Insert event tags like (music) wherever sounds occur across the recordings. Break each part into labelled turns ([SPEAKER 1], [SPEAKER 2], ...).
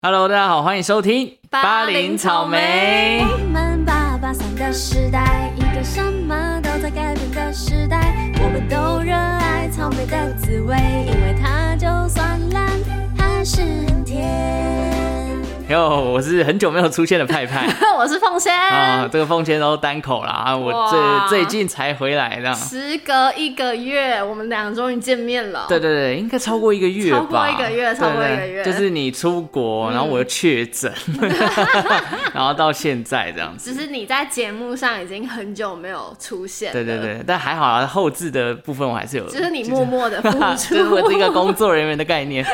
[SPEAKER 1] Hello，大家好，欢迎收听
[SPEAKER 2] 巴林草莓
[SPEAKER 1] 巴林草
[SPEAKER 3] 我们八八三的时代，一个什么都在改变的时代。我们都热爱草莓的滋味，因为它就算烂，还是很甜。
[SPEAKER 1] 莓。哟，我是很久没有出现的派派
[SPEAKER 2] (laughs) 我是凤仙，
[SPEAKER 1] 啊、这个奉献都单口啦，啊我
[SPEAKER 2] 哇哦
[SPEAKER 1] 最最近才回来的。
[SPEAKER 2] 时隔一个月，我们俩终于见面了。
[SPEAKER 1] 对对对，应该超过一个月吧，
[SPEAKER 2] 超过一个月超过一个月
[SPEAKER 1] 对对
[SPEAKER 2] 嗯
[SPEAKER 1] 就是你出国，然后我又确
[SPEAKER 2] (laughs)
[SPEAKER 1] 诊，然后到现在这样子。
[SPEAKER 2] 只是你在节目上已经很久没有出现，
[SPEAKER 1] 对对，对，但还好啊，后置的部分我还是有，
[SPEAKER 2] 就是你默默的付
[SPEAKER 1] (laughs) 就
[SPEAKER 2] 出，
[SPEAKER 1] 是我这
[SPEAKER 2] (laughs)
[SPEAKER 1] 个工作人员的概念。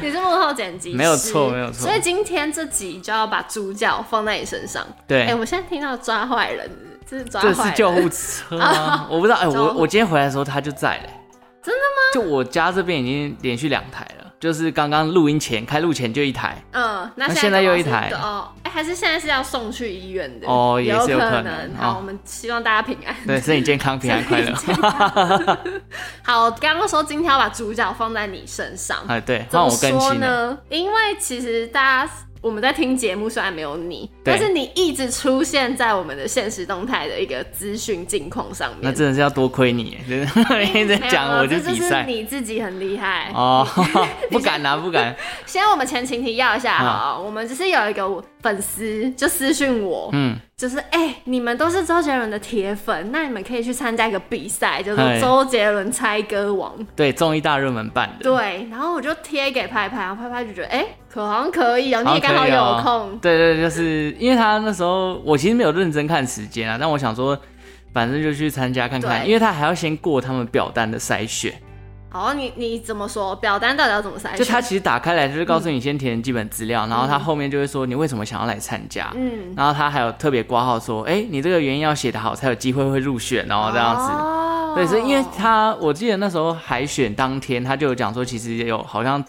[SPEAKER 2] 你是幕后剪辑师，
[SPEAKER 1] 没有错没有错
[SPEAKER 2] 所以今天这集就要把主角放在你身上。
[SPEAKER 1] 对，
[SPEAKER 2] 哎、我现在听到抓坏人，这是抓坏
[SPEAKER 1] 这
[SPEAKER 2] 人，
[SPEAKER 1] 是救护车
[SPEAKER 2] (laughs)
[SPEAKER 1] 吗？我不知道。哎、
[SPEAKER 2] 救
[SPEAKER 1] 我
[SPEAKER 2] 护
[SPEAKER 1] 我今天回来的时候他就在嘞、
[SPEAKER 2] 真的
[SPEAKER 1] 吗？就我家这边已经连续两台了，就是刚刚录音前开录前就一台，
[SPEAKER 2] 嗯，那
[SPEAKER 1] 那
[SPEAKER 2] 现
[SPEAKER 1] 现在
[SPEAKER 2] 刚好
[SPEAKER 1] 又一
[SPEAKER 2] 是
[SPEAKER 1] 台
[SPEAKER 2] 哦，哎、还是现在是要送去医院的
[SPEAKER 1] 哦也是有
[SPEAKER 2] 有
[SPEAKER 1] 可能
[SPEAKER 2] 能。
[SPEAKER 1] 哦
[SPEAKER 2] 好，我们希望大家平安。 (laughs)
[SPEAKER 1] 对，身体健康，平安快乐。 (laughs)
[SPEAKER 2] 好，刚刚说今天要把主角放在你身上，
[SPEAKER 1] 哎，对，
[SPEAKER 2] 怎
[SPEAKER 1] 让
[SPEAKER 2] 么
[SPEAKER 1] 我更
[SPEAKER 2] 说
[SPEAKER 1] 新了。
[SPEAKER 2] 呢？因为其实大家我们在听节目，虽然没有你，
[SPEAKER 1] 对
[SPEAKER 2] 但是你一直出现在我们的现实动态的一个资讯境况上
[SPEAKER 1] 那
[SPEAKER 2] 面。
[SPEAKER 1] 真的是要多亏你
[SPEAKER 2] (laughs)
[SPEAKER 1] 耶，就是 (laughs) 一直在讲
[SPEAKER 2] 没有啊
[SPEAKER 1] 我就
[SPEAKER 2] 这
[SPEAKER 1] 比
[SPEAKER 2] 就是
[SPEAKER 1] 赛
[SPEAKER 2] 你自己很厉害。
[SPEAKER 1] 哦， (laughs) 不敢啊，不敢。
[SPEAKER 2] 先我们前情提要一下好，我们就是有一个粉丝就私讯我，
[SPEAKER 1] 嗯，
[SPEAKER 2] 就是哎、你们都是周杰伦的铁粉，那你们可以去参加一个比赛，叫
[SPEAKER 1] 哎
[SPEAKER 2] 做周杰伦猜歌王。
[SPEAKER 1] 对，综艺大热门办的，
[SPEAKER 2] 对，然后我就贴给拍拍，然后拍拍就觉得，哎、可好像可以哦，你
[SPEAKER 1] 好
[SPEAKER 2] 也
[SPEAKER 1] 像
[SPEAKER 2] 刚好
[SPEAKER 1] 可以哦
[SPEAKER 2] 有空，
[SPEAKER 1] 对对，对就是因为他那时候我其实没有认真看时间啊，但我想说，反正就去参加看看，
[SPEAKER 2] 对
[SPEAKER 1] 因为他还要先过他们表单的筛选。
[SPEAKER 2] 好，你你怎么说？表单到底要怎么筛选？
[SPEAKER 1] 就他其实打开来就是告诉你先填基本资料，然后他后面就会说你为什么想要来参加，
[SPEAKER 2] 嗯，
[SPEAKER 1] 然后他还有特别挂号说，哎、你这个原因要写得好才有机会会入选哦，这样子。
[SPEAKER 2] 哦
[SPEAKER 1] 对，所以因为他我记得那时候海选当天他就有讲说，其实有好像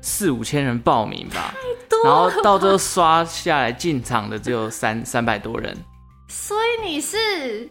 [SPEAKER 1] 四五千人报名吧，然后到最后刷下来进场的只有三三百多人，
[SPEAKER 2] 所以你是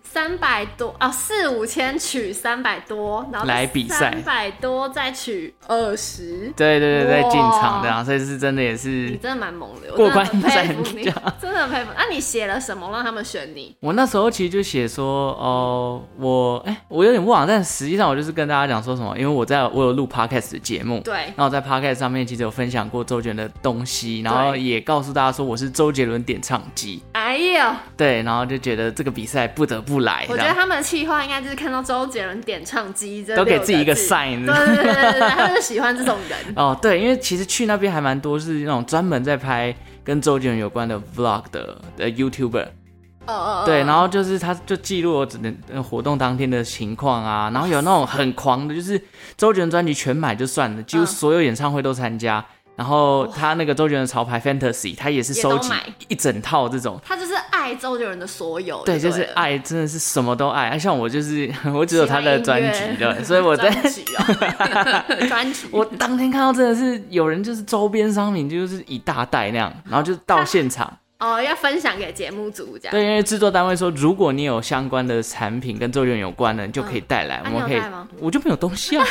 [SPEAKER 2] 三百多啊，四五千取三百多，然后
[SPEAKER 1] 来比赛
[SPEAKER 2] 三百多再取二十，
[SPEAKER 1] 对对对，在进场
[SPEAKER 2] 哇
[SPEAKER 1] 的啊，所以是真的也
[SPEAKER 2] 你
[SPEAKER 1] 是。
[SPEAKER 2] 真的蛮猛的，我
[SPEAKER 1] 过
[SPEAKER 2] 真的很
[SPEAKER 1] 关
[SPEAKER 2] 佩服
[SPEAKER 1] 斩
[SPEAKER 2] 你
[SPEAKER 1] 将，
[SPEAKER 2] 真的很佩服。那、你写了什么让他们选你？
[SPEAKER 1] 我那时候其实就写说，哦、我哎、我有点忘了，但实际上我就是跟大家讲说什么，因为我在我有录 podcast 的节目，
[SPEAKER 2] 对，
[SPEAKER 1] 那我在 podcast 上面其实有分享过周杰伦的东西，然后
[SPEAKER 2] 对
[SPEAKER 1] 也告诉大家说我是周杰伦点唱机，
[SPEAKER 2] 哎呦，
[SPEAKER 1] 对，然后就觉得这个比赛不得不来，
[SPEAKER 2] 我
[SPEAKER 1] 这
[SPEAKER 2] 觉得
[SPEAKER 1] 样
[SPEAKER 2] 他们的企划应该就是看到周杰伦点唱机这
[SPEAKER 1] 都给
[SPEAKER 2] 六
[SPEAKER 1] 自己一个
[SPEAKER 2] 字
[SPEAKER 1] sign
[SPEAKER 2] 对对对对对，他就是喜欢这种人。
[SPEAKER 1] 哦，对，因为其实去那边还蛮多是那种专门在拍跟周杰伦有关的 vlog 的的 YouTuber，
[SPEAKER 2] 哦哦，哦
[SPEAKER 1] 对，然后就是他就记录我整个呃活动当天的情况啊，然后有那种很狂的，就是周杰伦专辑全买就算了，几乎
[SPEAKER 2] 嗯哦
[SPEAKER 1] 所有演唱会都参加。然后他那个周杰伦的潮牌 Fantasy，他也是
[SPEAKER 2] 也都
[SPEAKER 1] 收集
[SPEAKER 2] 买
[SPEAKER 1] 一整套这种，
[SPEAKER 2] 他就是爱周杰伦的所有，
[SPEAKER 1] 对，就是
[SPEAKER 2] 了。
[SPEAKER 1] 爱，真的是什么都爱。啊像我就是 (laughs) 我只有他的专
[SPEAKER 2] 喜欢
[SPEAKER 1] 辑
[SPEAKER 2] 音
[SPEAKER 1] 对，
[SPEAKER 2] 乐
[SPEAKER 1] 所以我在
[SPEAKER 2] 专辑哦， (laughs) 专辑
[SPEAKER 1] 我当天看到真的是有人就是周边商品就是一大袋那样，然后就到现场。
[SPEAKER 2] (laughs) 哦要分享给节目组这样。
[SPEAKER 1] 对，因为制作单位
[SPEAKER 2] 啊
[SPEAKER 1] 说，如果你有相关的产品跟周杰伦有关的，你就可以带来，
[SPEAKER 2] 啊
[SPEAKER 1] 我们可
[SPEAKER 2] 你
[SPEAKER 1] 以
[SPEAKER 2] 有带吗。
[SPEAKER 1] 我就没有东西
[SPEAKER 2] (laughs)
[SPEAKER 1] 啊，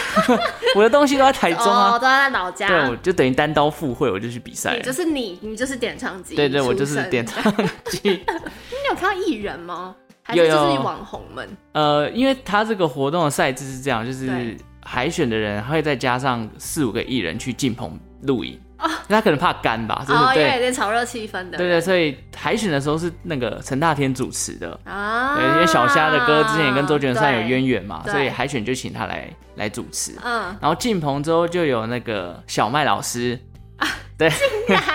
[SPEAKER 1] 我的东西都在台中啊
[SPEAKER 2] 哦，都。在老家。
[SPEAKER 1] 对，我就等于单刀赴会，我就去比赛
[SPEAKER 2] 你就
[SPEAKER 1] 了。
[SPEAKER 2] 是你，你就是点唱机。
[SPEAKER 1] 对对，我就
[SPEAKER 2] 出
[SPEAKER 1] 是
[SPEAKER 2] 身
[SPEAKER 1] 点。唱机。
[SPEAKER 2] (laughs) 你有看到艺人吗？还
[SPEAKER 1] 有
[SPEAKER 2] 是就
[SPEAKER 1] 有
[SPEAKER 2] 是网红们？
[SPEAKER 1] 呃，因为他这个活动的赛制是这样，就是
[SPEAKER 2] 对
[SPEAKER 1] 海选的人会再加上四五个艺人去进棚录影。他可能怕干吧，就是
[SPEAKER 2] 哦哦，因为有
[SPEAKER 1] 对
[SPEAKER 2] 点炒热气氛的。
[SPEAKER 1] 对对，所以海选的时候是那个陈大天主持的，
[SPEAKER 2] 啊，
[SPEAKER 1] 对，因为小虾的歌之前也跟周杰伦算有渊
[SPEAKER 2] 源。
[SPEAKER 1] 源嘛，
[SPEAKER 2] 对
[SPEAKER 1] 所以海选就请他来来主持。
[SPEAKER 2] 嗯，
[SPEAKER 1] 然后进棚之后就有那个小麦老师，
[SPEAKER 2] 啊
[SPEAKER 1] 对，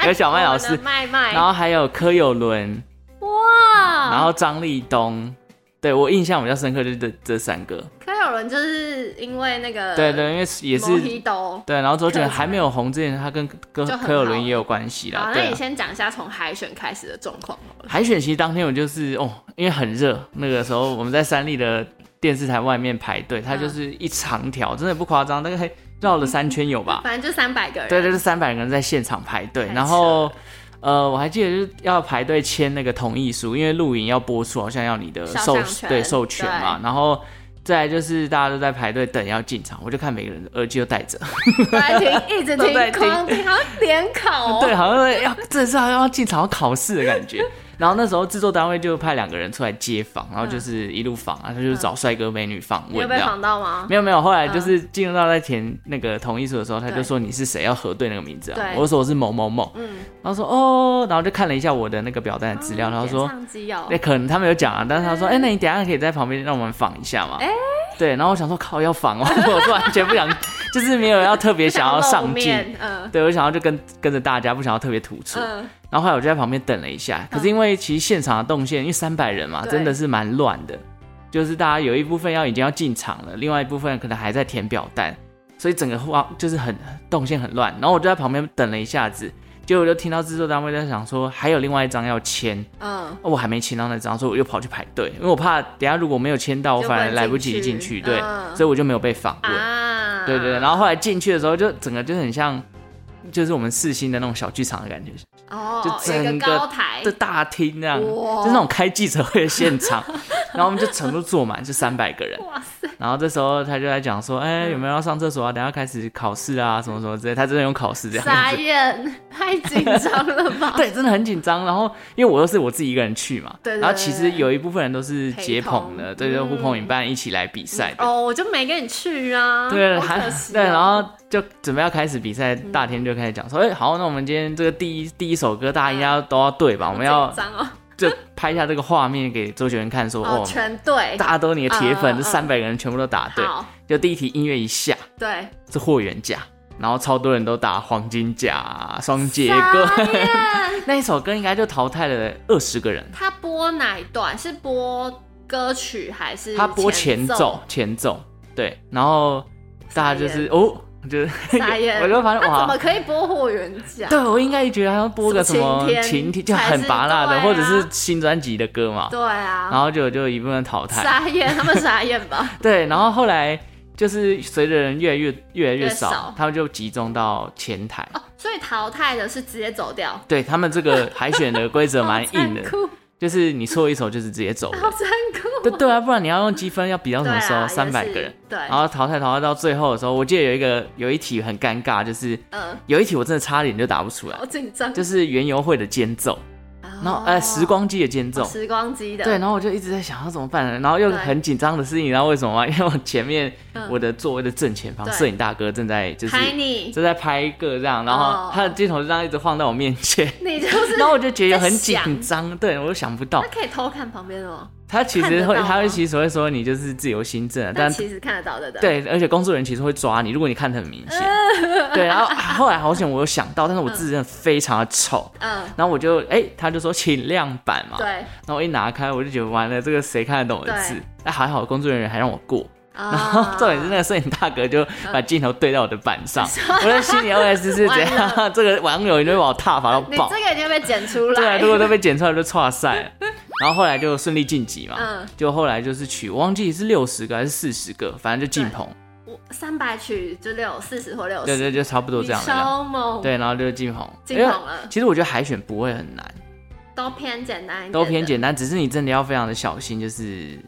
[SPEAKER 1] 有小麦老
[SPEAKER 2] 我
[SPEAKER 1] 师
[SPEAKER 2] 们的，麦麦，嗯
[SPEAKER 1] 然后还有柯有伦，
[SPEAKER 2] 哇，
[SPEAKER 1] 然后张立东。对我印象比较深刻就是这这三个，
[SPEAKER 2] 柯有伦就是因为那个
[SPEAKER 1] 对对，因为也是啊
[SPEAKER 2] Mojito
[SPEAKER 1] 对，然后周杰伦还没有红之前，他跟跟
[SPEAKER 2] 就很好
[SPEAKER 1] 柯有伦也有关系
[SPEAKER 2] 好
[SPEAKER 1] 啦，，
[SPEAKER 2] 那
[SPEAKER 1] 对
[SPEAKER 2] 你
[SPEAKER 1] 啊。
[SPEAKER 2] 先讲一下从海选开始的状况好了。
[SPEAKER 1] 海选其实当天我就是哦，因为很热，那个时候我们在三立的电视台外面排队，它
[SPEAKER 2] 嗯
[SPEAKER 1] 就是一长条，真的不夸张，大概绕了三圈有吧。
[SPEAKER 2] 反正就三百个人。
[SPEAKER 1] 啊 (laughs) 对，就是三百个人在现场排队，
[SPEAKER 2] 嗯太
[SPEAKER 1] 然后呃，我还记得就是要排队签那个同意书，因为录影要播出，好像要你的
[SPEAKER 2] 肖
[SPEAKER 1] 授
[SPEAKER 2] 像权
[SPEAKER 1] 对授权嘛，
[SPEAKER 2] 对
[SPEAKER 1] 然后。再来就是大家都在排队等要进场，我就看每个人耳机都戴着，
[SPEAKER 2] 都在听，一直
[SPEAKER 1] 都在
[SPEAKER 2] 听，
[SPEAKER 1] 听
[SPEAKER 2] 狂听，好像联
[SPEAKER 1] (laughs)
[SPEAKER 2] 考、哦。
[SPEAKER 1] 对，好像要这是好像要进场要考试的感
[SPEAKER 2] (laughs)
[SPEAKER 1] 觉。然后那时候制作单位就派两个人出来接访，然后就是一路访啊，他就是找帅哥美女访
[SPEAKER 2] 你有
[SPEAKER 1] 问
[SPEAKER 2] 被
[SPEAKER 1] 这
[SPEAKER 2] 仿
[SPEAKER 1] 样。
[SPEAKER 2] 到吗？
[SPEAKER 1] 没有没有，后来就是进入到在填那个同意书的时候，他就说你是谁，要核对那个名字啊。
[SPEAKER 2] 对
[SPEAKER 1] 我就说我是某某某，
[SPEAKER 2] 嗯，
[SPEAKER 1] 然后说哦，然后就看了一下我的那个表单的资料，然后说
[SPEAKER 2] 点唱机哦
[SPEAKER 1] 那、，可能他没有讲啊，但是他说，哎、那你等一下可以在旁边让我们仿一下嘛。
[SPEAKER 2] 哎
[SPEAKER 1] 对，然后我想说，靠，要仿哦， (laughs) 我是完全不想，就是没有要特别想要
[SPEAKER 2] 露
[SPEAKER 1] 上镜。
[SPEAKER 2] 面，嗯
[SPEAKER 1] 对，我想要就跟跟着大家，不想要特别突出。
[SPEAKER 2] 嗯，
[SPEAKER 1] 然后后来我就在旁边等了一下，可是因为其实现场的动线，因为三百人嘛，
[SPEAKER 2] 对
[SPEAKER 1] 真的是蛮乱的，就是大家有一部分要已经要进场了，另外一部分可能还在填表单，所以整个话就是很动线很乱。然后我就在旁边等了一下子，结果我就听到制作单位在想说，还有另外一张要签。
[SPEAKER 2] 嗯，
[SPEAKER 1] 哦我还没签到那张，所以我又跑去排队，因为我怕等一下如果没有签到，我
[SPEAKER 2] 就不能
[SPEAKER 1] 反而来不及
[SPEAKER 2] 进
[SPEAKER 1] 进
[SPEAKER 2] 去
[SPEAKER 1] 去，对，
[SPEAKER 2] 嗯
[SPEAKER 1] 所以我就没有被访问。
[SPEAKER 2] 啊，
[SPEAKER 1] 对对对，然后后来进去的时候，就整个就很像，就是我们四星的那种小剧场的感觉，
[SPEAKER 2] 哦，
[SPEAKER 1] 就
[SPEAKER 2] 有一
[SPEAKER 1] 整
[SPEAKER 2] 个
[SPEAKER 1] 个
[SPEAKER 2] 高台，
[SPEAKER 1] 这大厅那样，
[SPEAKER 2] 哎哇
[SPEAKER 1] 就那种开记者会的现
[SPEAKER 2] (laughs)
[SPEAKER 1] 场，然后我们就全部坐满，就三百个人。
[SPEAKER 2] 哇塞，嗯
[SPEAKER 1] 然后这时候他就在讲说，哎、有没有要上厕所啊？等一下开始考试啊，什么什么之类。他真的用考试这样
[SPEAKER 2] 傻
[SPEAKER 1] 子，
[SPEAKER 2] 眼，太紧张了
[SPEAKER 1] (laughs)
[SPEAKER 2] 吧？
[SPEAKER 1] 对，真的很紧张。然后因为我又是我自己一个人去嘛，
[SPEAKER 2] 对对
[SPEAKER 1] 然后其
[SPEAKER 2] 对
[SPEAKER 1] 实
[SPEAKER 2] 对
[SPEAKER 1] 有一部分人都是结
[SPEAKER 2] 陪同
[SPEAKER 1] 朋的，对对，
[SPEAKER 2] 嗯
[SPEAKER 1] 呼朋引伴一起来比赛的。
[SPEAKER 2] 哦，我就没跟你去啊，
[SPEAKER 1] 对，
[SPEAKER 2] 好可
[SPEAKER 1] 还
[SPEAKER 2] 惜哦嗯
[SPEAKER 1] 对，然后就准备要开始比赛，大天就开始讲说，哎、好，那我们今天这个第一第一首歌，大家应该都要对吧？我们
[SPEAKER 2] 好
[SPEAKER 1] 要
[SPEAKER 2] 紧张哦，
[SPEAKER 1] 就拍下这个画面给周杰伦看说，
[SPEAKER 2] 哦，
[SPEAKER 1] 哦，
[SPEAKER 2] 全对，
[SPEAKER 1] 大家都是你的铁粉，
[SPEAKER 2] 嗯嗯
[SPEAKER 1] 这三百个人全部都答对。
[SPEAKER 2] 好，
[SPEAKER 1] 就第一题音乐一下
[SPEAKER 2] 对，
[SPEAKER 1] 是霍元甲，然后超多人都打黄金甲、双截棍，
[SPEAKER 2] 傻眼，
[SPEAKER 1] (laughs) 那一首歌应该就淘汰了二十个人。
[SPEAKER 2] 他播哪一段？是播歌曲还是
[SPEAKER 1] 他播前奏
[SPEAKER 2] 奏？，
[SPEAKER 1] 前奏对，然后大家就是哦，就是 (laughs)
[SPEAKER 2] 傻眼，
[SPEAKER 1] 我就发现
[SPEAKER 2] 他怎么
[SPEAKER 1] 哇。
[SPEAKER 2] 可以播霍元
[SPEAKER 1] (laughs)
[SPEAKER 2] 甲？
[SPEAKER 1] 对，我应该觉得他要播个什么
[SPEAKER 2] 什么晴天
[SPEAKER 1] 晴天，就很拔辣
[SPEAKER 2] 才
[SPEAKER 1] 的，
[SPEAKER 2] 是
[SPEAKER 1] 或者
[SPEAKER 2] 对啊
[SPEAKER 1] 是新专辑的歌嘛。
[SPEAKER 2] 对
[SPEAKER 1] 然
[SPEAKER 2] 啊，
[SPEAKER 1] 后就就一部分淘汰。
[SPEAKER 2] 傻眼，他们傻眼吧？ (laughs)
[SPEAKER 1] 对，然后后来就是随着人越来越越来
[SPEAKER 2] 越
[SPEAKER 1] 越少，
[SPEAKER 2] 少
[SPEAKER 1] 他们就集中到前台。
[SPEAKER 2] 哦，所以淘汰的是直接走
[SPEAKER 1] (laughs)
[SPEAKER 2] 掉，
[SPEAKER 1] 对他们这个海选的规则蛮硬
[SPEAKER 2] (laughs) 好
[SPEAKER 1] 的
[SPEAKER 2] 残，酷，
[SPEAKER 1] 就是你错一首就是直接走
[SPEAKER 2] 好 (laughs)
[SPEAKER 1] 了。
[SPEAKER 2] 残酷。
[SPEAKER 1] 对对啊，不然你要用积分要比到什么时
[SPEAKER 2] 对
[SPEAKER 1] 候？
[SPEAKER 2] 啊
[SPEAKER 1] 三百
[SPEAKER 2] 也是
[SPEAKER 1] 个人，
[SPEAKER 2] 对
[SPEAKER 1] 然后淘汰淘汰到最后的时候，我记得有一个有一题很尴尬，就是
[SPEAKER 2] 嗯，哦
[SPEAKER 1] 有一题我真的差点就答不出来
[SPEAKER 2] 好，紧张。
[SPEAKER 1] 就是园游会的间奏，然后呃时光机的间奏
[SPEAKER 2] 哦。时光机的，
[SPEAKER 1] 对，然后我就一直在想要怎么办呢，然后又
[SPEAKER 2] 对
[SPEAKER 1] 很紧张的事情，然后为什么吗？ (laughs) 因为我前面
[SPEAKER 2] 嗯
[SPEAKER 1] 我的座位的正前方，
[SPEAKER 2] 对
[SPEAKER 1] 摄影大哥正在就是
[SPEAKER 2] 拍你，
[SPEAKER 1] 正在拍一个这样，然
[SPEAKER 2] 哦
[SPEAKER 1] 后他的镜头就这样一直晃到我面前，(laughs)
[SPEAKER 2] 你就是
[SPEAKER 1] 然后我就觉得很
[SPEAKER 2] 在
[SPEAKER 1] 紧
[SPEAKER 2] 想
[SPEAKER 1] 张，对我就想不到
[SPEAKER 2] 他，可以偷看旁边哦的吗？
[SPEAKER 1] 他其
[SPEAKER 2] 看
[SPEAKER 1] 实
[SPEAKER 2] 得
[SPEAKER 1] 会
[SPEAKER 2] 到
[SPEAKER 1] 他
[SPEAKER 2] 吗
[SPEAKER 1] 会其实会说你就是自由新政啊，
[SPEAKER 2] 但
[SPEAKER 1] 但
[SPEAKER 2] 其实看得到的，，
[SPEAKER 1] 对，而且工作人员其实会抓你，如果你看得很
[SPEAKER 2] (laughs)
[SPEAKER 1] 明显，对，然后啊后来好险我有想到，但是我字真的非常的丑。
[SPEAKER 2] 嗯，
[SPEAKER 1] 然后我就哎、他就说请亮板嘛，
[SPEAKER 2] 对，
[SPEAKER 1] 然后我一拿开，我就觉得完了，这个谁看得懂我的字
[SPEAKER 2] 对？啊
[SPEAKER 1] 那还好，工作人员还让我过。
[SPEAKER 2] 然
[SPEAKER 1] 然后重点是那个摄影大哥就把镜头对到我的板
[SPEAKER 2] (laughs)
[SPEAKER 1] 上，我在心里 OS 是怎
[SPEAKER 2] 完
[SPEAKER 1] 样？ (laughs) 这个网友一定会把我踏伐到
[SPEAKER 2] 你
[SPEAKER 1] 爆。
[SPEAKER 2] 这个已经被剪出
[SPEAKER 1] 对啊，
[SPEAKER 2] 来，
[SPEAKER 1] 如果都被检出来就错赛了。然后后来就顺利晋级嘛，
[SPEAKER 2] 嗯
[SPEAKER 1] 就后来就是取，我忘记是六十个还是四十个，反正就进棚。
[SPEAKER 2] 三百曲就六四十或六
[SPEAKER 1] 对
[SPEAKER 2] 十，
[SPEAKER 1] 对，就差不多这样
[SPEAKER 2] 你
[SPEAKER 1] 的量。
[SPEAKER 2] 超猛，，
[SPEAKER 1] 对，然后就进棚。
[SPEAKER 2] 进棚
[SPEAKER 1] 因为
[SPEAKER 2] 了
[SPEAKER 1] 其实我觉得海选不会很难，
[SPEAKER 2] 都偏简单一点，
[SPEAKER 1] 都偏，简单，只是你真的要非常的小心，就是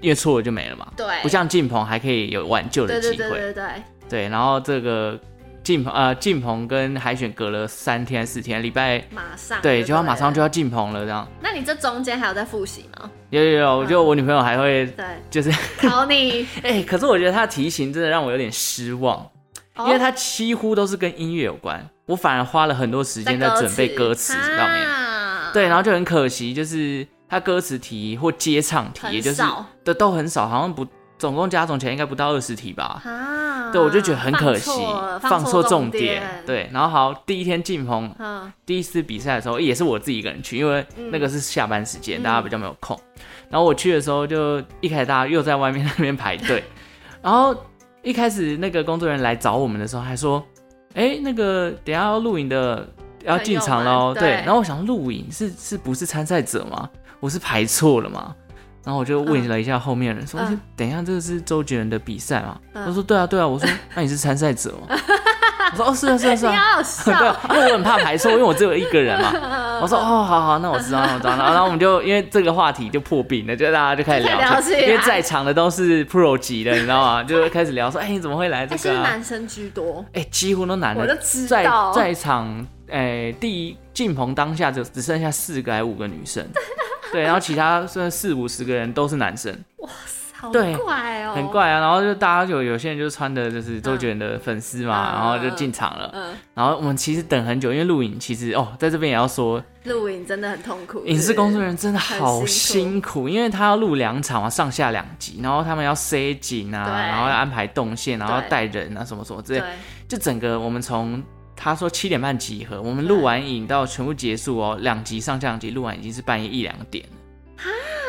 [SPEAKER 1] 因为错了就没了嘛。
[SPEAKER 2] 对，
[SPEAKER 1] 不像进棚还可以有挽救的
[SPEAKER 2] 哎对
[SPEAKER 1] 机
[SPEAKER 2] 对
[SPEAKER 1] 会。
[SPEAKER 2] 对对对，
[SPEAKER 1] 对然后这个进棚呃进棚跟海选隔了三天还是四天，礼拜
[SPEAKER 2] 马上
[SPEAKER 1] 对就要马上就
[SPEAKER 2] 要。
[SPEAKER 1] 要进棚了，这样
[SPEAKER 2] 那你这中间还有在复习吗？
[SPEAKER 1] 有有有，就我女朋友还会
[SPEAKER 2] 对，
[SPEAKER 1] 就是
[SPEAKER 2] 考你，
[SPEAKER 1] 哎、可是我觉得她的题型真的让我有点失望，
[SPEAKER 2] 因
[SPEAKER 1] 因为她几乎都是跟音乐有关，我反而花了很多时间在准备歌词上面，
[SPEAKER 2] 面
[SPEAKER 1] 对，然后就很可惜，就是她歌词题或接唱题，
[SPEAKER 2] 很
[SPEAKER 1] 也就是
[SPEAKER 2] 少
[SPEAKER 1] 都都很少，好像不总共加总起来应该不到二十题吧，
[SPEAKER 2] 啊，
[SPEAKER 1] 对，我就觉得很可惜
[SPEAKER 2] 放错，了
[SPEAKER 1] 放错重
[SPEAKER 2] 点，，
[SPEAKER 1] 对，然后好，第一天进棚，
[SPEAKER 2] 嗯，
[SPEAKER 1] 第一次比赛的时候也是我自己一个人去，因为那个是下班时间，
[SPEAKER 2] 嗯
[SPEAKER 1] 大家比较没有空。然后我去的时候，就一开始大家又在外面那边排
[SPEAKER 2] (laughs)
[SPEAKER 1] 队，然后一开始那个工作人员来找我们的时候，还说：“哎，那个等一下要录影的要进场喽。”
[SPEAKER 2] 朋友们
[SPEAKER 1] 对
[SPEAKER 2] 对，
[SPEAKER 1] 然后我想录影是是不是参赛者吗？我是排错了吗？然后我就问了一下后面的人，说：“哎
[SPEAKER 2] 嗯
[SPEAKER 1] 等一下，这个是周杰伦的比赛吗？”
[SPEAKER 2] 嗯
[SPEAKER 1] 他说：“对啊，对啊。”我说：“那你是参赛者吗？”我说哦，是啊，是啊，是
[SPEAKER 2] 你
[SPEAKER 1] 啊。
[SPEAKER 2] 好好笑，
[SPEAKER 1] (laughs) 对，因为我很怕排错，因为我只有一个人
[SPEAKER 2] (laughs)
[SPEAKER 1] 嘛。我说哦，好好，那我知道，那我知道。然后然后我们就因为这个话题就破冰了，就大家就开始聊
[SPEAKER 2] 就开始聊起来
[SPEAKER 1] 因为在场的都是 pro 级的，你知道
[SPEAKER 2] (laughs)
[SPEAKER 1] 吗？就开始聊说，哎，你怎么会来这
[SPEAKER 2] 还
[SPEAKER 1] 个
[SPEAKER 2] 是
[SPEAKER 1] 啊？
[SPEAKER 2] 男生居多，
[SPEAKER 1] 哎，几乎都男的，
[SPEAKER 2] 我就知
[SPEAKER 1] 在
[SPEAKER 2] 道
[SPEAKER 1] 在场，哎，第一进棚当下就只剩下四个还五个女生，对，然后其他剩四五十个人都是男生。
[SPEAKER 2] 好
[SPEAKER 1] 对
[SPEAKER 2] 怪哦，
[SPEAKER 1] 很，怪啊。然后就大家就有些人就穿的就是周杰伦的粉丝嘛，
[SPEAKER 2] 嗯
[SPEAKER 1] 然后就进场了。
[SPEAKER 2] 嗯，
[SPEAKER 1] 然后我们其实等很久，因为录影其实哦，在这边也要说，
[SPEAKER 2] 录影真的很痛苦，
[SPEAKER 1] 影视工作人
[SPEAKER 2] 员
[SPEAKER 1] 员真的好
[SPEAKER 2] 很
[SPEAKER 1] 辛
[SPEAKER 2] 辛
[SPEAKER 1] 苦，因为他要录两场啊，上下两集，然后他们要塞景啊，
[SPEAKER 2] 对
[SPEAKER 1] 然后要安排动线，然后要
[SPEAKER 2] 对
[SPEAKER 1] 带人啊，什么什么之类
[SPEAKER 2] 对，
[SPEAKER 1] 就整个我们从。他说七点半集合，我们录完影到全部结束哦，两集上下两集录完已经是半夜一两点了。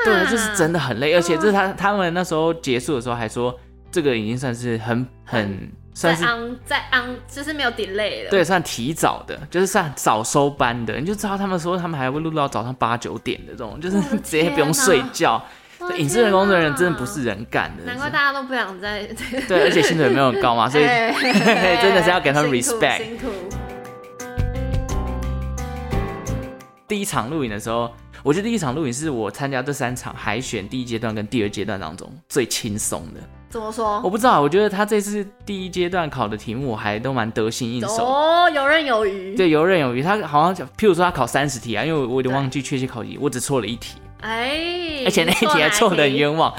[SPEAKER 1] 对，就是真的很累，而且这是他他们那时候结束的时候还说，这个已经算是很很算
[SPEAKER 2] 在
[SPEAKER 1] 是
[SPEAKER 2] on 在 on 就是没有 delay 了，
[SPEAKER 1] 对算提早的，就是算早收班的，你就知道他们说他们还会录到早上八九点的这种，就是
[SPEAKER 2] 我的
[SPEAKER 1] (laughs) 直接不用
[SPEAKER 2] 天啊
[SPEAKER 1] 睡觉。
[SPEAKER 2] 哇，
[SPEAKER 1] 对影视人工作人员真的不
[SPEAKER 2] 天
[SPEAKER 1] 是人干的，
[SPEAKER 2] 哪，难怪大家都不想在， (laughs)
[SPEAKER 1] 对，而且薪水没有很高嘛，所以
[SPEAKER 2] 哎
[SPEAKER 1] (laughs) 真的是要给他们
[SPEAKER 2] 辛苦
[SPEAKER 1] respect
[SPEAKER 2] 辛苦，
[SPEAKER 1] 第一场录影的时候，我觉得第一场录影是我参加这三场海选第一阶段跟第二阶段当中最轻松的。
[SPEAKER 2] 怎么说
[SPEAKER 1] 我？不知道，我觉得他这次第一阶段考的题目我还都蛮得心应手。
[SPEAKER 2] 哦，游刃有余。
[SPEAKER 1] 对，游刃有余。他好像，譬如说他考三十题啊，因为我我有点
[SPEAKER 2] 对
[SPEAKER 1] 忘记确切考题，我只错了一题，
[SPEAKER 2] 哎，
[SPEAKER 1] 而且那一
[SPEAKER 2] 你
[SPEAKER 1] 题还
[SPEAKER 2] 错
[SPEAKER 1] 错
[SPEAKER 2] 哪
[SPEAKER 1] 的很
[SPEAKER 2] 题，
[SPEAKER 1] 冤枉。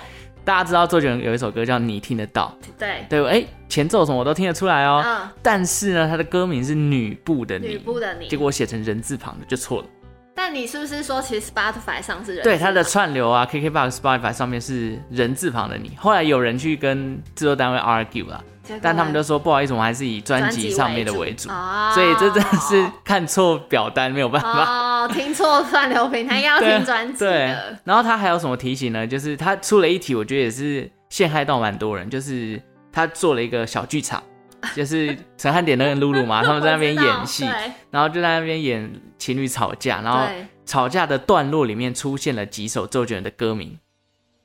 [SPEAKER 1] 大家知道周杰伦有一首歌叫《你听得到
[SPEAKER 2] 对》，，
[SPEAKER 1] 对，哎，前奏什么我都听得出来哦。
[SPEAKER 2] 嗯，
[SPEAKER 1] 但是呢，他的歌名是女部的
[SPEAKER 2] 女部的你
[SPEAKER 1] 结。果我写成人字旁的就错了。
[SPEAKER 2] 但你是不是说，其实 Spotify 上是人
[SPEAKER 1] 对，
[SPEAKER 2] 字
[SPEAKER 1] 它的
[SPEAKER 2] 吗
[SPEAKER 1] 串流啊，KKBox、Spotify 上面是人字旁的你。后来有人去跟制作单位 argue 啦，
[SPEAKER 2] 结果
[SPEAKER 1] 但他们就说不好意思，我们还是以专
[SPEAKER 2] 专
[SPEAKER 1] 辑
[SPEAKER 2] 辑
[SPEAKER 1] 上面的为
[SPEAKER 2] 为
[SPEAKER 1] 主，
[SPEAKER 2] 哦
[SPEAKER 1] 所以这真的是看错表单没有办法。 (laughs)
[SPEAKER 2] 哦，听错串流平台应该要
[SPEAKER 1] 对
[SPEAKER 2] 听专辑
[SPEAKER 1] 对
[SPEAKER 2] 的，，
[SPEAKER 1] 然后他还有什么提醒呢？就是他出了一题，我觉得也是陷害到蛮多人，就是他做了一个小剧场。就是陈汉典跟露露嘛，他们在那边
[SPEAKER 2] 我知道
[SPEAKER 1] 演戏，
[SPEAKER 2] (laughs) 对
[SPEAKER 1] 然后就在那边演情侣吵架，然后
[SPEAKER 2] 对
[SPEAKER 1] 吵架的段落里面出现了几首周杰伦的歌名。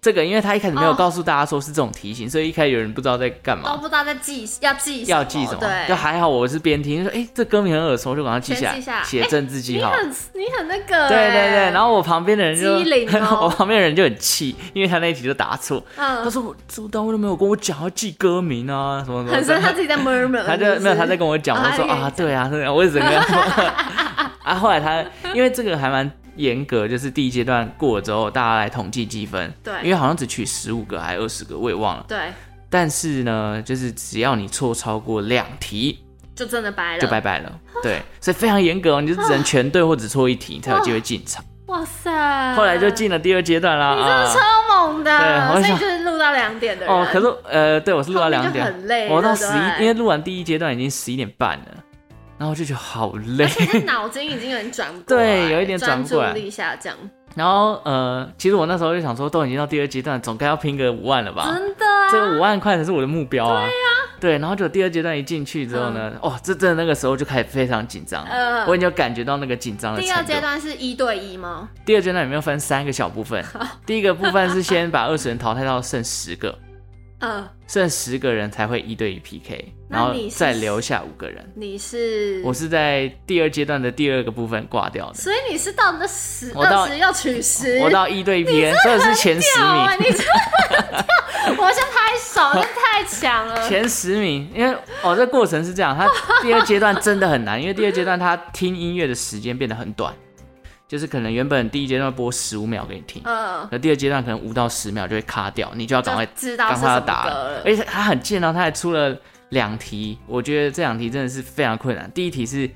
[SPEAKER 1] 这个因为他一开始没有
[SPEAKER 2] 哦
[SPEAKER 1] 告诉大家说是这种题型，所以一开始有人不知道在干
[SPEAKER 2] 都
[SPEAKER 1] 嘛，
[SPEAKER 2] 不知道在记要记
[SPEAKER 1] 要记什么。就
[SPEAKER 2] 对，
[SPEAKER 1] 还好我是边听就说，哎、这歌名很耳熟，就赶快记
[SPEAKER 2] 先记
[SPEAKER 1] 下
[SPEAKER 2] 下
[SPEAKER 1] 来，
[SPEAKER 2] 来
[SPEAKER 1] 写
[SPEAKER 2] 哎
[SPEAKER 1] 政治记
[SPEAKER 2] 你
[SPEAKER 1] 号。
[SPEAKER 2] 很你很那个欸，
[SPEAKER 1] 对对对，然后我旁边的人就，
[SPEAKER 2] 机灵哦
[SPEAKER 1] (laughs) 我旁边的人就很气，因为他那一题就答错。他
[SPEAKER 2] 嗯，
[SPEAKER 1] 说我这单位都没有跟我讲要记歌名啊，什么什么
[SPEAKER 2] 很
[SPEAKER 1] 的。
[SPEAKER 2] 深，他自己在 murmur，
[SPEAKER 1] 他就是
[SPEAKER 2] 不是
[SPEAKER 1] 没有他在跟我讲，
[SPEAKER 2] 哦
[SPEAKER 1] 我
[SPEAKER 2] 他
[SPEAKER 1] 说
[SPEAKER 2] 在跟你
[SPEAKER 1] 啊，对啊，对啊，我整个 (laughs) 啊，后来他因为这个还蛮严格，就是第一阶段过了之后，大家来统计积分，
[SPEAKER 2] 对
[SPEAKER 1] 因为好像只取十五个还二十个，我也忘了。
[SPEAKER 2] 对，
[SPEAKER 1] 但是呢，就是只要你错超过两题，
[SPEAKER 2] 就真的白了，
[SPEAKER 1] 就拜拜了。对，所以非常严格哦，你就只能全对或只错一题，你才有机会进场。
[SPEAKER 2] 哇塞！
[SPEAKER 1] (laughs) 后来就，进了第二阶段啦。
[SPEAKER 2] 你真的
[SPEAKER 1] 啊
[SPEAKER 2] 超猛
[SPEAKER 1] 对
[SPEAKER 2] 的，
[SPEAKER 1] 我
[SPEAKER 2] 所
[SPEAKER 1] 想
[SPEAKER 2] 以就是录到两点的人。
[SPEAKER 1] 哦，
[SPEAKER 2] (laughs)
[SPEAKER 1] 可是呃，对我是录到
[SPEAKER 2] 后面就
[SPEAKER 1] 两点，
[SPEAKER 2] 很累
[SPEAKER 1] 我到
[SPEAKER 2] 对
[SPEAKER 1] 十
[SPEAKER 2] 不
[SPEAKER 1] 一，
[SPEAKER 2] 对
[SPEAKER 1] 因为录完第一阶段已经十一点半了，然后我就觉得好累。
[SPEAKER 2] 是脑筋已经有点转不过来，
[SPEAKER 1] 对有一点转不过来
[SPEAKER 2] 专注力下降，
[SPEAKER 1] 然后呃，其实我那时候就想说，都已经到第二阶段，总该要拼个五万了吧？
[SPEAKER 2] 真的啊，
[SPEAKER 1] 这五万块才是我的目标啊！对然后就第二阶段一进去之后呢，哇、这真的那个时候就开始非常紧张了，
[SPEAKER 2] 嗯
[SPEAKER 1] 我已经有感觉到那个紧张的
[SPEAKER 2] 第
[SPEAKER 1] 程
[SPEAKER 2] 二
[SPEAKER 1] 度。
[SPEAKER 2] 阶段是一对一吗？
[SPEAKER 1] 第二阶段里面分三个小部
[SPEAKER 2] (laughs)
[SPEAKER 1] 分，第一个部分是先把二十人淘汰到剩十个，
[SPEAKER 2] 嗯，
[SPEAKER 1] 剩十个人才会一对一 PK，
[SPEAKER 2] 那
[SPEAKER 1] 然后
[SPEAKER 2] 你是
[SPEAKER 1] 再留下五个人。
[SPEAKER 2] 你是
[SPEAKER 1] 我，是在第二阶段的第二个部分挂掉的，
[SPEAKER 2] 所以你是到那十
[SPEAKER 1] 我到
[SPEAKER 2] 二十要取十，
[SPEAKER 1] 我到一对一 PK，所以是前十
[SPEAKER 2] 掉
[SPEAKER 1] 名
[SPEAKER 2] 啊，。你这 (laughs) 我先拍手，这太强了，
[SPEAKER 1] 前十名，因为哦，这过程是这样，
[SPEAKER 2] (laughs)
[SPEAKER 1] 它第二阶段真的很难，因为第二阶段它听音乐的时间变得很短，就是可能原本第一阶段播十五秒给你听，
[SPEAKER 2] 嗯，
[SPEAKER 1] 可第二阶段可能五到十秒就会卡掉，你就 (laughs) 要赶快
[SPEAKER 2] 就知道
[SPEAKER 1] 赶
[SPEAKER 2] 是
[SPEAKER 1] 快要
[SPEAKER 2] 什么
[SPEAKER 1] 打
[SPEAKER 2] 歌
[SPEAKER 1] 了
[SPEAKER 2] 了。。
[SPEAKER 1] 而且它很贱哦，它还出了两题，我觉得这两题真的是非常困难。第一题是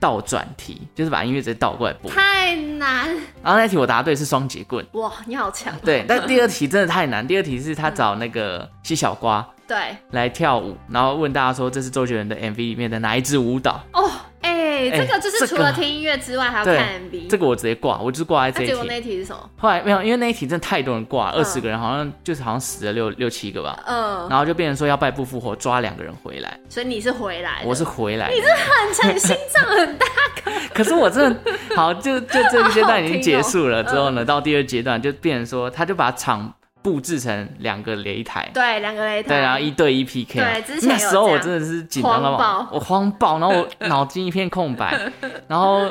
[SPEAKER 1] 倒转题，就是把音乐直接倒过来播，
[SPEAKER 2] 太难
[SPEAKER 1] 然后那题我答对是双节棍。
[SPEAKER 2] 哇！你好强， (laughs)
[SPEAKER 1] 对，但第二题真的太难。第二题是他找那个西小瓜，
[SPEAKER 2] 对
[SPEAKER 1] 来跳舞，然后问大家说这是周杰伦的 MV 里面的哪一支舞蹈？
[SPEAKER 2] 哦，哎，
[SPEAKER 1] 哎
[SPEAKER 2] 这个就
[SPEAKER 1] 这
[SPEAKER 2] 是除
[SPEAKER 1] 个
[SPEAKER 2] 了听音乐之外，还要看 MV。
[SPEAKER 1] 这个我直接挂，我就是挂在
[SPEAKER 2] 那
[SPEAKER 1] 这
[SPEAKER 2] 结
[SPEAKER 1] 一
[SPEAKER 2] 果那
[SPEAKER 1] 题。
[SPEAKER 2] 一题是什么？
[SPEAKER 1] 后来没有，因为那一题真的太多人挂，二十、个人好像就是好像死了六六七个吧，
[SPEAKER 2] 嗯，
[SPEAKER 1] 然后就变成说要败不复活，抓两个人回来。
[SPEAKER 2] 所以你是回来 (laughs) 的，
[SPEAKER 1] 我是啊回来的，
[SPEAKER 2] 很强，你心脏很大。
[SPEAKER 1] (laughs) 可是我真的好，就就这个阶段已经结束了
[SPEAKER 2] 好好听
[SPEAKER 1] 之
[SPEAKER 2] 哦
[SPEAKER 1] 后呢，到第二阶段就变成说，他就把场。布置成两个擂台，
[SPEAKER 2] 对，两个擂台，
[SPEAKER 1] 对，然后一对一 PK 嘛。
[SPEAKER 2] 对之前有
[SPEAKER 1] 那时候
[SPEAKER 2] 这
[SPEAKER 1] 我
[SPEAKER 2] 样
[SPEAKER 1] 真的是紧张到爆
[SPEAKER 2] 慌爆，
[SPEAKER 1] 我慌爆，然后我脑筋一片空
[SPEAKER 2] (laughs)
[SPEAKER 1] 白。然后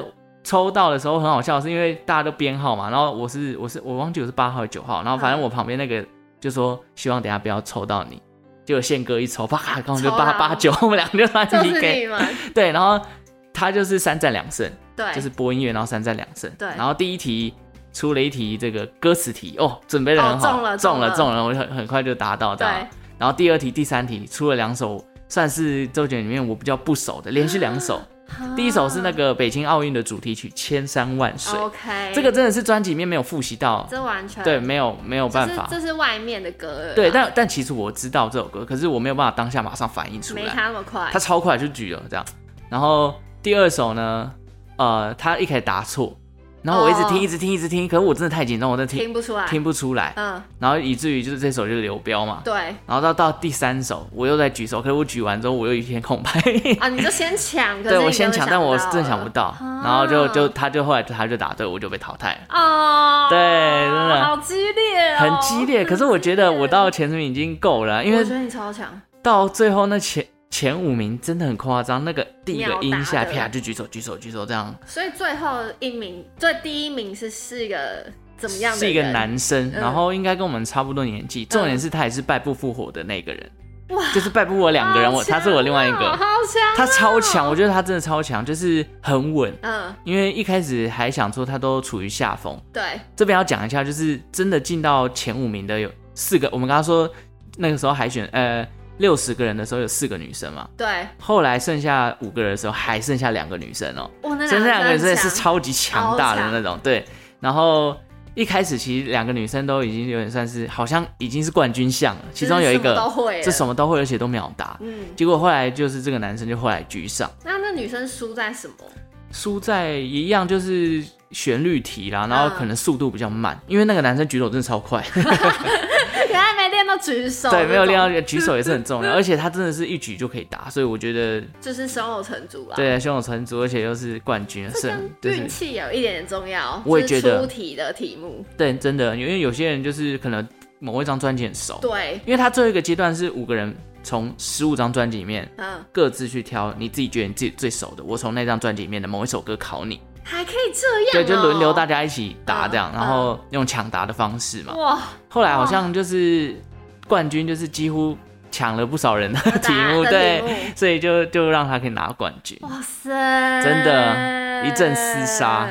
[SPEAKER 1] 抽到的时候很好笑，是因为大家都编号嘛，然后我是我是我忘记我是八号还是九号，然后反正我旁边那个就说希望等一下不要抽到你，结果宪哥一抽，啪，刚好就
[SPEAKER 2] 抽
[SPEAKER 1] 八
[SPEAKER 2] 到
[SPEAKER 1] 八九，我们两个就乱
[SPEAKER 2] 就是
[SPEAKER 1] PK。
[SPEAKER 2] 你嘛，
[SPEAKER 1] 对，然后他就是三战两胜，
[SPEAKER 2] (laughs) 对，
[SPEAKER 1] 就是播音乐，然后三战两胜。
[SPEAKER 2] 对
[SPEAKER 1] 然后第一题出了一题这个歌词题，哦，准备的很好，
[SPEAKER 2] 哦中了
[SPEAKER 1] 中了，
[SPEAKER 2] 中
[SPEAKER 1] 中了，我很很快就答到这样
[SPEAKER 2] 对，
[SPEAKER 1] 然后第二题、第三题出了两首，算是周杰伦里面我比较不熟
[SPEAKER 2] (gasps)
[SPEAKER 1] 的，连续两首。
[SPEAKER 2] 啊
[SPEAKER 1] 第一首是那个北京奥运的主题曲《千山万水》，
[SPEAKER 2] OK，
[SPEAKER 1] 这个真的是专辑里面没有复习到，
[SPEAKER 2] 这完全
[SPEAKER 1] 对，没有没有
[SPEAKER 2] 这
[SPEAKER 1] 办
[SPEAKER 2] 是
[SPEAKER 1] 法。
[SPEAKER 2] 这是外面的歌了啦，
[SPEAKER 1] 对，但但其实我知道这首歌，可是我没有办法当下马上反应出
[SPEAKER 2] 没
[SPEAKER 1] 来。
[SPEAKER 2] 他那么快
[SPEAKER 1] 他，超快就举了这样。然后第二首呢，呃，他一开始答错，然后我一直听，
[SPEAKER 2] 哦
[SPEAKER 1] 一直听，一直听，可是我真的太紧张，我真的听
[SPEAKER 2] 听不出来，
[SPEAKER 1] 听不出来，
[SPEAKER 2] 嗯，
[SPEAKER 1] 然后以至于就是这首就是流标嘛。
[SPEAKER 2] 对
[SPEAKER 1] 然后到到第三首，我又在举手，可是我举完之后我又一片
[SPEAKER 2] (laughs)
[SPEAKER 1] 空白。
[SPEAKER 2] 啊，你就先
[SPEAKER 1] (laughs)
[SPEAKER 2] 抢，可是
[SPEAKER 1] 对
[SPEAKER 2] 你
[SPEAKER 1] 我
[SPEAKER 2] 根
[SPEAKER 1] 先
[SPEAKER 2] 本
[SPEAKER 1] 抢，但我
[SPEAKER 2] 不
[SPEAKER 1] 真的
[SPEAKER 2] 到
[SPEAKER 1] 想不
[SPEAKER 2] 了
[SPEAKER 1] 到，然后就就
[SPEAKER 2] 啊
[SPEAKER 1] 他就后来他就答对，我就被淘汰了。
[SPEAKER 2] 哦，
[SPEAKER 1] 对真的
[SPEAKER 2] 好激烈哦，
[SPEAKER 1] 很激烈，可是我觉得我到前十名已经够了，因为
[SPEAKER 2] 我觉得你超强，
[SPEAKER 1] 到最后那前前五名真的很夸张，那个第一个
[SPEAKER 2] 秒答
[SPEAKER 1] 音下
[SPEAKER 2] 的
[SPEAKER 1] 啪就举手举手举手这样，
[SPEAKER 2] 所以最后一名，最第一名是是一个怎么样的？
[SPEAKER 1] 是一个，男生，
[SPEAKER 2] 嗯
[SPEAKER 1] 然后应该跟我们差不多年纪，重点是他也是败不复活的那个人，
[SPEAKER 2] 嗯哇，
[SPEAKER 1] 就是败不我两个人，我
[SPEAKER 2] 好强
[SPEAKER 1] 他是我另外一
[SPEAKER 2] 哦
[SPEAKER 1] 个，
[SPEAKER 2] 好强，
[SPEAKER 1] 他超强，我觉得他真的超强，就是很稳，
[SPEAKER 2] 嗯，
[SPEAKER 1] 因为一开始还想说他都处于下风，
[SPEAKER 2] 对，
[SPEAKER 1] 这边要讲一下，就是真的进到前五名的有四个，我们刚刚说那个时候海选呃六十个人的时候有四个女生嘛，
[SPEAKER 2] 对，
[SPEAKER 1] 后来剩下五个人的时候还剩下两个女生哦、
[SPEAKER 2] 我那
[SPEAKER 1] 真正两个
[SPEAKER 2] 人
[SPEAKER 1] 人真的是超级强大的那种，对。然后一开始其实两个女生都已经有点算是好像已经是冠军相了，其中有一
[SPEAKER 2] 就是什么都
[SPEAKER 1] 个
[SPEAKER 2] 会了，
[SPEAKER 1] 这什么都会，而且都秒答。
[SPEAKER 2] 嗯，
[SPEAKER 1] 结果后来就是这个男生就后来居上，
[SPEAKER 2] 那那女生输在什么？
[SPEAKER 1] 输在一样就是旋律题
[SPEAKER 2] 嗯
[SPEAKER 1] 啦，然后可能速度比较慢，因为那个男生举手真的超快，
[SPEAKER 2] 哦原来没练到举手，
[SPEAKER 1] (laughs) 对，没有练
[SPEAKER 2] 这
[SPEAKER 1] 到举手也是很重要，而且他真的是一举就可以答，所以我觉得
[SPEAKER 2] 种，就是胸有成竹啦。，
[SPEAKER 1] 对啊胸有成竹，而且又是冠军，胜就
[SPEAKER 2] 跟
[SPEAKER 1] 是
[SPEAKER 2] 运气有一点点重要。
[SPEAKER 1] 我也觉得
[SPEAKER 2] 就是出题的题目，
[SPEAKER 1] 对，真的，因为有些人就是可能某一张专辑很熟，
[SPEAKER 2] 对，
[SPEAKER 1] 因为他最后一个阶段是五个人从十五张专辑里面
[SPEAKER 2] 嗯，
[SPEAKER 1] 各自去挑你自己觉得你自己最熟的，我从那张专辑里面的某一首歌考你，
[SPEAKER 2] 还可以这样、哦，
[SPEAKER 1] 对，就轮流大家一起答这样，
[SPEAKER 2] 嗯
[SPEAKER 1] 然后用抢答的方式嘛。
[SPEAKER 2] 哇，
[SPEAKER 1] 后来好像就是冠军就是几乎抢了不少人的题目，
[SPEAKER 2] 答
[SPEAKER 1] 对
[SPEAKER 2] 的题，
[SPEAKER 1] 所以就就让他可以拿冠军。
[SPEAKER 2] 哇塞，
[SPEAKER 1] 真的一阵厮杀。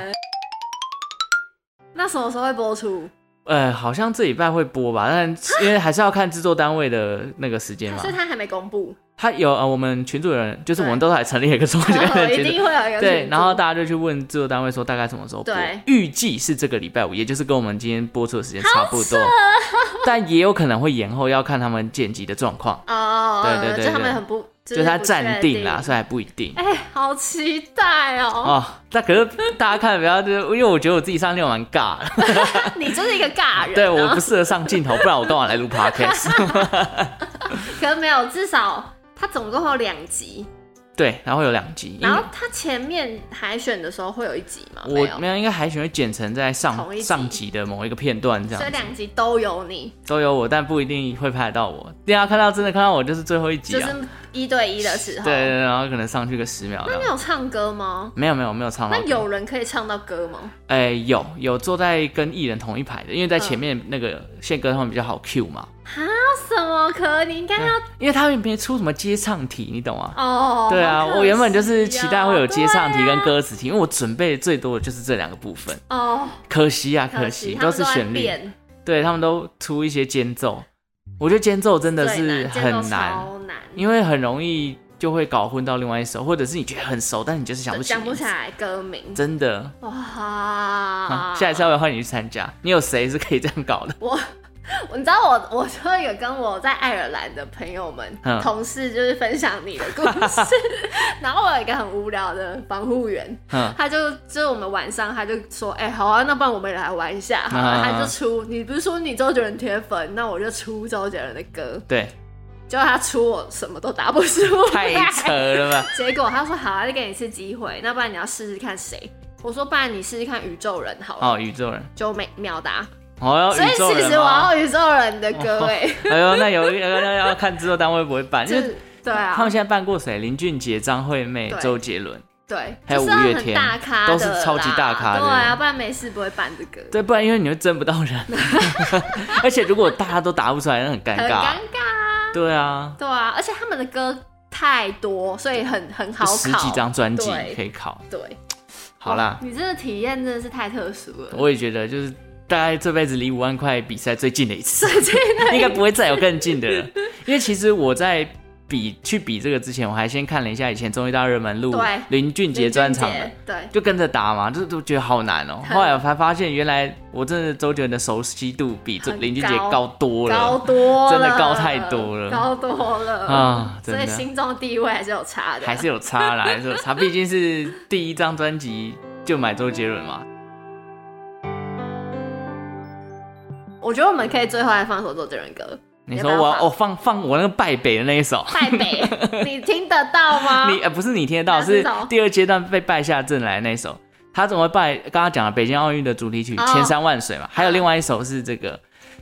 [SPEAKER 2] 那什么时候会播出？
[SPEAKER 1] 呃，好像这礼拜会播吧，但因为还是要看制作单位的那个时间嘛
[SPEAKER 2] 所。以他还没公布，
[SPEAKER 1] (laughs) 他有呃，我们群主有人，就是我们
[SPEAKER 2] 对哦
[SPEAKER 1] 都还成立了一个中学 (laughs) 的
[SPEAKER 2] 一
[SPEAKER 1] 群组
[SPEAKER 2] 定，会有一个
[SPEAKER 1] 对
[SPEAKER 2] 群，组
[SPEAKER 1] 然后大家就去问制作单位说大概什么时候播
[SPEAKER 2] 对，
[SPEAKER 1] 预计是这个礼拜五，也就是跟我们今天播出的时间差不多，
[SPEAKER 2] (laughs)
[SPEAKER 1] 但也有可能会延后，要看他们剪辑的状况，
[SPEAKER 2] 哦，
[SPEAKER 1] 对对对
[SPEAKER 2] 就他
[SPEAKER 1] 对
[SPEAKER 2] 们很不，
[SPEAKER 1] 就是是它
[SPEAKER 2] 不
[SPEAKER 1] 暂
[SPEAKER 2] 确
[SPEAKER 1] 定啦，
[SPEAKER 2] 定
[SPEAKER 1] 所以还不一定。
[SPEAKER 2] 哎、好期待哦！
[SPEAKER 1] (laughs) 哦，但可是大家看不要，就是因为我觉得我自己上六蛮尬
[SPEAKER 2] (laughs)
[SPEAKER 1] 的，
[SPEAKER 2] 你就是一个尬人、啊，
[SPEAKER 1] 对，我不适合上镜头，不然我干嘛来
[SPEAKER 2] (laughs)
[SPEAKER 1] 录 podcast？ (laughs)
[SPEAKER 2] 可能没有，至少它总共会有两集，
[SPEAKER 1] 对，然后有两集，因
[SPEAKER 2] 然
[SPEAKER 1] 为
[SPEAKER 2] 后它前面海选的时候会有一集嘛，
[SPEAKER 1] 嗯
[SPEAKER 2] 没
[SPEAKER 1] 我
[SPEAKER 2] 有
[SPEAKER 1] 没，有，应该海选会剪成在上
[SPEAKER 2] 同一集
[SPEAKER 1] 上集的某一个片段这样
[SPEAKER 2] 所以
[SPEAKER 1] 子，
[SPEAKER 2] 两集都有你，
[SPEAKER 1] 都有我，但不一定会拍得到我。大家看到真的看到我就是最后一集
[SPEAKER 2] 就
[SPEAKER 1] 啊，
[SPEAKER 2] 是一对一的时候。
[SPEAKER 1] 对对，对然后可能上去个十秒这
[SPEAKER 2] 那
[SPEAKER 1] 样
[SPEAKER 2] 你。有唱歌吗？
[SPEAKER 1] 没有没有没有唱到
[SPEAKER 2] 那
[SPEAKER 1] 歌，
[SPEAKER 2] 有人可以唱到歌吗？
[SPEAKER 1] 哎、有有坐在跟艺人同一排的，因为在前面那个宪哥他们比较好 Q 嘛，啊
[SPEAKER 2] 那什么可？你应该要
[SPEAKER 1] 因为他们没出什么接唱题，你懂吗？
[SPEAKER 2] 哦。
[SPEAKER 1] 对啊，
[SPEAKER 2] 好可惜哦
[SPEAKER 1] 我原本就是期待会有接唱题跟
[SPEAKER 2] 对啊
[SPEAKER 1] 歌词题，因为我准备的最多的就是这两个部分，
[SPEAKER 2] 哦，
[SPEAKER 1] 可惜啊，
[SPEAKER 2] 可
[SPEAKER 1] 惜
[SPEAKER 2] 惜
[SPEAKER 1] 都是
[SPEAKER 2] 他们在
[SPEAKER 1] 旋律，
[SPEAKER 2] 变
[SPEAKER 1] 对他们都出一些间奏，我觉得间奏真的
[SPEAKER 2] 最
[SPEAKER 1] 是
[SPEAKER 2] 难
[SPEAKER 1] 很
[SPEAKER 2] 间奏
[SPEAKER 1] 难，
[SPEAKER 2] 超难，
[SPEAKER 1] 因为很容易就会搞混到另外一首，或者是你觉得很熟，但你就是想不起
[SPEAKER 2] 讲不
[SPEAKER 1] 名
[SPEAKER 2] 起
[SPEAKER 1] 字，
[SPEAKER 2] 来歌名。
[SPEAKER 1] 真的。
[SPEAKER 2] 哇
[SPEAKER 1] 啊，下一次要不要换你去参加？你有谁是可以这样搞的？
[SPEAKER 2] (laughs) 我，你知道我，我就有跟我在爱尔兰的朋友们、
[SPEAKER 1] 嗯
[SPEAKER 2] 同事，就是分享你的故事。 (laughs) 然后我有一个很无聊的防护员，
[SPEAKER 1] 嗯
[SPEAKER 2] 他就就是我们晚上他就说，哎、好啊，那不然我们也来玩一下好了。
[SPEAKER 1] 嗯嗯嗯
[SPEAKER 2] 他就出，你不是说你周杰伦铁粉，那我就出周杰伦的歌。
[SPEAKER 1] 对，
[SPEAKER 2] 结果他出我什么都答不出
[SPEAKER 1] 太
[SPEAKER 2] 来，
[SPEAKER 1] 扯了吧！
[SPEAKER 2] (laughs) 结果他说好啊，再给你一次机会，那不然你要试试看谁？我说不然你试试看宇宙人好了，
[SPEAKER 1] 哦，宇宙人，
[SPEAKER 2] 就没秒答。
[SPEAKER 1] 哦，要
[SPEAKER 2] 所以
[SPEAKER 1] 宇宙
[SPEAKER 2] 其
[SPEAKER 1] 人
[SPEAKER 2] 实我
[SPEAKER 1] 吗？
[SPEAKER 2] 要宇宙人的歌哎，
[SPEAKER 1] 哎呦，那有要要要看制作单位会不会办，因
[SPEAKER 2] 就
[SPEAKER 1] 为
[SPEAKER 2] 是对
[SPEAKER 1] 他
[SPEAKER 2] 啊
[SPEAKER 1] 们，现在办过谁？林俊杰、张惠妹、
[SPEAKER 2] 对
[SPEAKER 1] 周杰伦，
[SPEAKER 2] 对，
[SPEAKER 1] 还有
[SPEAKER 2] 就是要
[SPEAKER 1] 五月天
[SPEAKER 2] 很大咖
[SPEAKER 1] 都
[SPEAKER 2] 的
[SPEAKER 1] 是超级
[SPEAKER 2] 啦
[SPEAKER 1] 大咖的
[SPEAKER 2] 对啊，不然没事不会办这个，
[SPEAKER 1] 对，不然因为你会争不到
[SPEAKER 2] (laughs)
[SPEAKER 1] 人，而且如果大家都答不出来，那很尴
[SPEAKER 2] 很
[SPEAKER 1] 尬
[SPEAKER 2] 尴。尬，
[SPEAKER 1] 对啊，
[SPEAKER 2] 对啊，而且他们的歌太多，所以很很好
[SPEAKER 1] 就
[SPEAKER 2] 考，
[SPEAKER 1] 十几张专辑
[SPEAKER 2] 对
[SPEAKER 1] 可以考。
[SPEAKER 2] 对，
[SPEAKER 1] 好啦
[SPEAKER 2] 哇，你这个体验真的是太特殊了，
[SPEAKER 1] 我也觉得就是大概这辈子离五万块比赛最近的一次，
[SPEAKER 2] 最近
[SPEAKER 1] 应该不会再有更近的了。因为其实我在比去比这个之前，我还先看了一下以前综艺大热门录
[SPEAKER 2] 对
[SPEAKER 1] 林俊杰专场
[SPEAKER 2] 林
[SPEAKER 1] 的
[SPEAKER 2] 俊，杰对，
[SPEAKER 1] 就跟着打嘛，就是都觉得好难哦、
[SPEAKER 2] 很
[SPEAKER 1] 后来我才发现，原来我真的周杰伦的熟悉度比这
[SPEAKER 2] 很
[SPEAKER 1] 林俊杰
[SPEAKER 2] 高
[SPEAKER 1] 高多了，
[SPEAKER 2] 高多了，
[SPEAKER 1] 真的高太多了
[SPEAKER 2] 高多了
[SPEAKER 1] 啊
[SPEAKER 2] 所
[SPEAKER 1] 真
[SPEAKER 2] 以
[SPEAKER 1] 的
[SPEAKER 2] 心中地位还是有差的，
[SPEAKER 1] 还是有差啦，还是有差，毕竟是第一张专辑就买周杰伦嘛。
[SPEAKER 2] 我觉得我们可以最后来放一首周杰伦
[SPEAKER 1] (laughs)
[SPEAKER 2] 歌，
[SPEAKER 1] 你
[SPEAKER 2] 要
[SPEAKER 1] 说
[SPEAKER 2] 不要
[SPEAKER 1] 我
[SPEAKER 2] 放
[SPEAKER 1] 哦放放我那个败北的那一首，
[SPEAKER 2] 太北，你听得到吗？
[SPEAKER 1] 你呃不是你听得到，
[SPEAKER 2] 啊哪是
[SPEAKER 1] 是
[SPEAKER 2] 什么
[SPEAKER 1] 第二阶段被败下阵来的那一首。他怎么会败？刚刚讲了北京奥运的主题曲
[SPEAKER 2] 哦
[SPEAKER 1] 《千山万水》嘛，还有另外一首是这个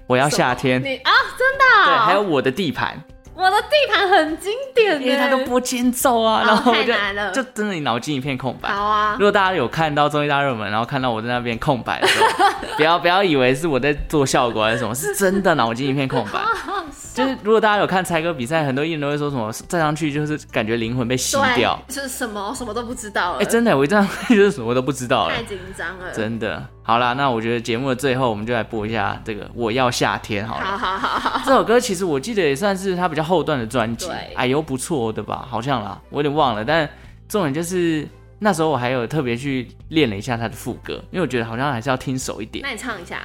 [SPEAKER 1] 我要夏天，对，
[SPEAKER 2] 你啊，真的哦、
[SPEAKER 1] 还有我的地盘，
[SPEAKER 2] 我的地盘很经典呢，
[SPEAKER 1] 因为他都播间奏啊，
[SPEAKER 2] 哦
[SPEAKER 1] 然后我
[SPEAKER 2] 太难了
[SPEAKER 1] 就就真的脑筋一片空白。
[SPEAKER 2] 好啊
[SPEAKER 1] 如，果大家有看到综艺大热门，然后看到我在那边空白的时
[SPEAKER 2] (laughs)
[SPEAKER 1] 候，不要不要以为是我在做效果还是什么，是真的脑筋一片空白。
[SPEAKER 2] (laughs) 好
[SPEAKER 1] 就是如果大家有看猜歌比赛，很多艺人都会说什么站上去就是感觉灵魂被吸
[SPEAKER 2] 对
[SPEAKER 1] 掉。，
[SPEAKER 2] 就是什么什么都不知道了，
[SPEAKER 1] 哎、真的，我一站上去就是什么都不知道了
[SPEAKER 2] 太，紧张了，
[SPEAKER 1] 真的。好啦，那我觉得节目的最后，我们就来播一下这个《我要夏天》好了。
[SPEAKER 2] 好好好好，
[SPEAKER 1] 这首歌其实我记得也算是他比较后段的专辑
[SPEAKER 2] 对，
[SPEAKER 1] 哎呦不错的吧，好像啦，我有点忘了。但重点就是那时候我还有特别去练了一下他的副歌，因为我觉得好像还是要听熟一点
[SPEAKER 2] 那。你唱一下，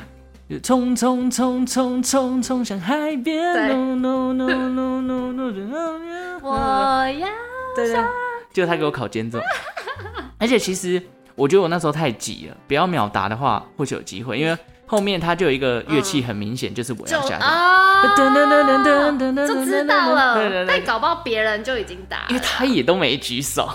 [SPEAKER 1] 就冲冲冲冲冲冲向海边
[SPEAKER 2] 对
[SPEAKER 1] ，no no no no no no no，
[SPEAKER 2] 我
[SPEAKER 1] 嗯
[SPEAKER 2] 要
[SPEAKER 1] 对对，就他给我考间奏。而且其实我觉得我那时候太急了，不要秒答的话，或许有机会，因为后面他就有一个乐器很明显，就是我
[SPEAKER 2] 就
[SPEAKER 1] 要下天。
[SPEAKER 2] 啊，
[SPEAKER 1] 噔噔噔噔噔噔噔
[SPEAKER 2] 就知道了，
[SPEAKER 1] 对对对
[SPEAKER 2] 但搞不好别人就已经打
[SPEAKER 1] (laughs) 因为
[SPEAKER 2] 了，
[SPEAKER 1] 他也都没举手，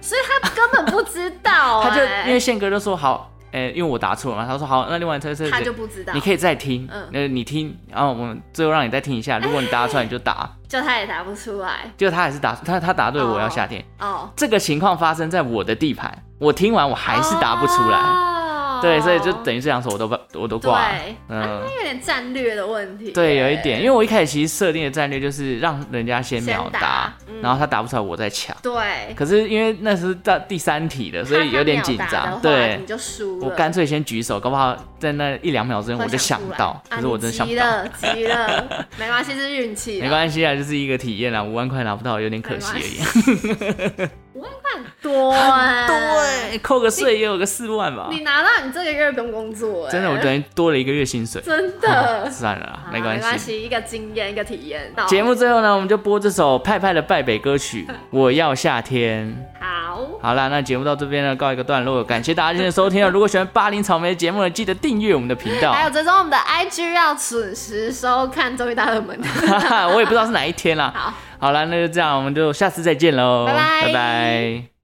[SPEAKER 2] 所以他根本不知道、
[SPEAKER 1] 他就因为
[SPEAKER 2] 哎
[SPEAKER 1] 宪哥就说好，诶、因为我答错了嘛，他说好，那另外一车车
[SPEAKER 2] (laughs) 他就不知道，
[SPEAKER 1] 你可以再听，
[SPEAKER 2] 嗯哎
[SPEAKER 1] 那、你听，然后我们最后让你再听一下，如果你答出来你就答，
[SPEAKER 2] 就他也答不出来
[SPEAKER 1] 结果他还是答他他答对我要夏天，
[SPEAKER 2] 哦，
[SPEAKER 1] 这个情况发生在我的地盘，我听完我还是答不出来，
[SPEAKER 2] 哦
[SPEAKER 1] 对，所以就等于这两首我都我都挂了
[SPEAKER 2] 对，啊
[SPEAKER 1] 嗯。
[SPEAKER 2] 有点战略的问题，
[SPEAKER 1] 对，有一点，因为我一开始其实设定的战略就是让人家先
[SPEAKER 2] 先
[SPEAKER 1] 秒
[SPEAKER 2] 答嗯
[SPEAKER 1] 然后他答不出来，我再抢。
[SPEAKER 2] 对，
[SPEAKER 1] 可是因为那是到第三题了，所以有点紧
[SPEAKER 2] 他他秒答的
[SPEAKER 1] 张。
[SPEAKER 2] 话
[SPEAKER 1] 对
[SPEAKER 2] 你，就输了，
[SPEAKER 1] 我干脆先举手，搞不好在那一两秒之间
[SPEAKER 2] 会
[SPEAKER 1] 我就想
[SPEAKER 2] 出来
[SPEAKER 1] 到，可
[SPEAKER 2] 啊
[SPEAKER 1] 是我真的
[SPEAKER 2] 你
[SPEAKER 1] 想不
[SPEAKER 2] 急
[SPEAKER 1] 到。
[SPEAKER 2] 了，急了，没关系，是运气啦，
[SPEAKER 1] 没关系啊，就是一个体验啦，五万块拿不到有点可惜而已。
[SPEAKER 2] 多哎，
[SPEAKER 1] (laughs) (laughs) 对，啊扣个税也有个四万吧。
[SPEAKER 2] 你拿到你这个月不用工
[SPEAKER 1] (laughs)
[SPEAKER 2] 作，哎
[SPEAKER 1] 真的，我等于多了一个月薪水。
[SPEAKER 2] 真的
[SPEAKER 1] 算了哦啦，没
[SPEAKER 2] 呃好没
[SPEAKER 1] 关
[SPEAKER 2] 关
[SPEAKER 1] 系。
[SPEAKER 2] 系，一个经验，一个体验。
[SPEAKER 1] 节目最后呢，我们就播这首派派的败北歌
[SPEAKER 2] (laughs)
[SPEAKER 1] 曲《我要夏天》。
[SPEAKER 2] 好，
[SPEAKER 1] 好啦，那节目到这边呢，告一个段落。感谢大家今天的收
[SPEAKER 2] (laughs)
[SPEAKER 1] 听哦。如果喜欢巴林草莓的节目呢，记得订阅我们的频道。(laughs)
[SPEAKER 2] 还有追踪我们的 IG 要准时收看《综艺大热门》。
[SPEAKER 1] 哈哈，我也不知道是哪一天啦。
[SPEAKER 2] 好，
[SPEAKER 1] 好啦，那就这样，我们就下次再见喽。
[SPEAKER 2] 拜拜
[SPEAKER 1] 拜拜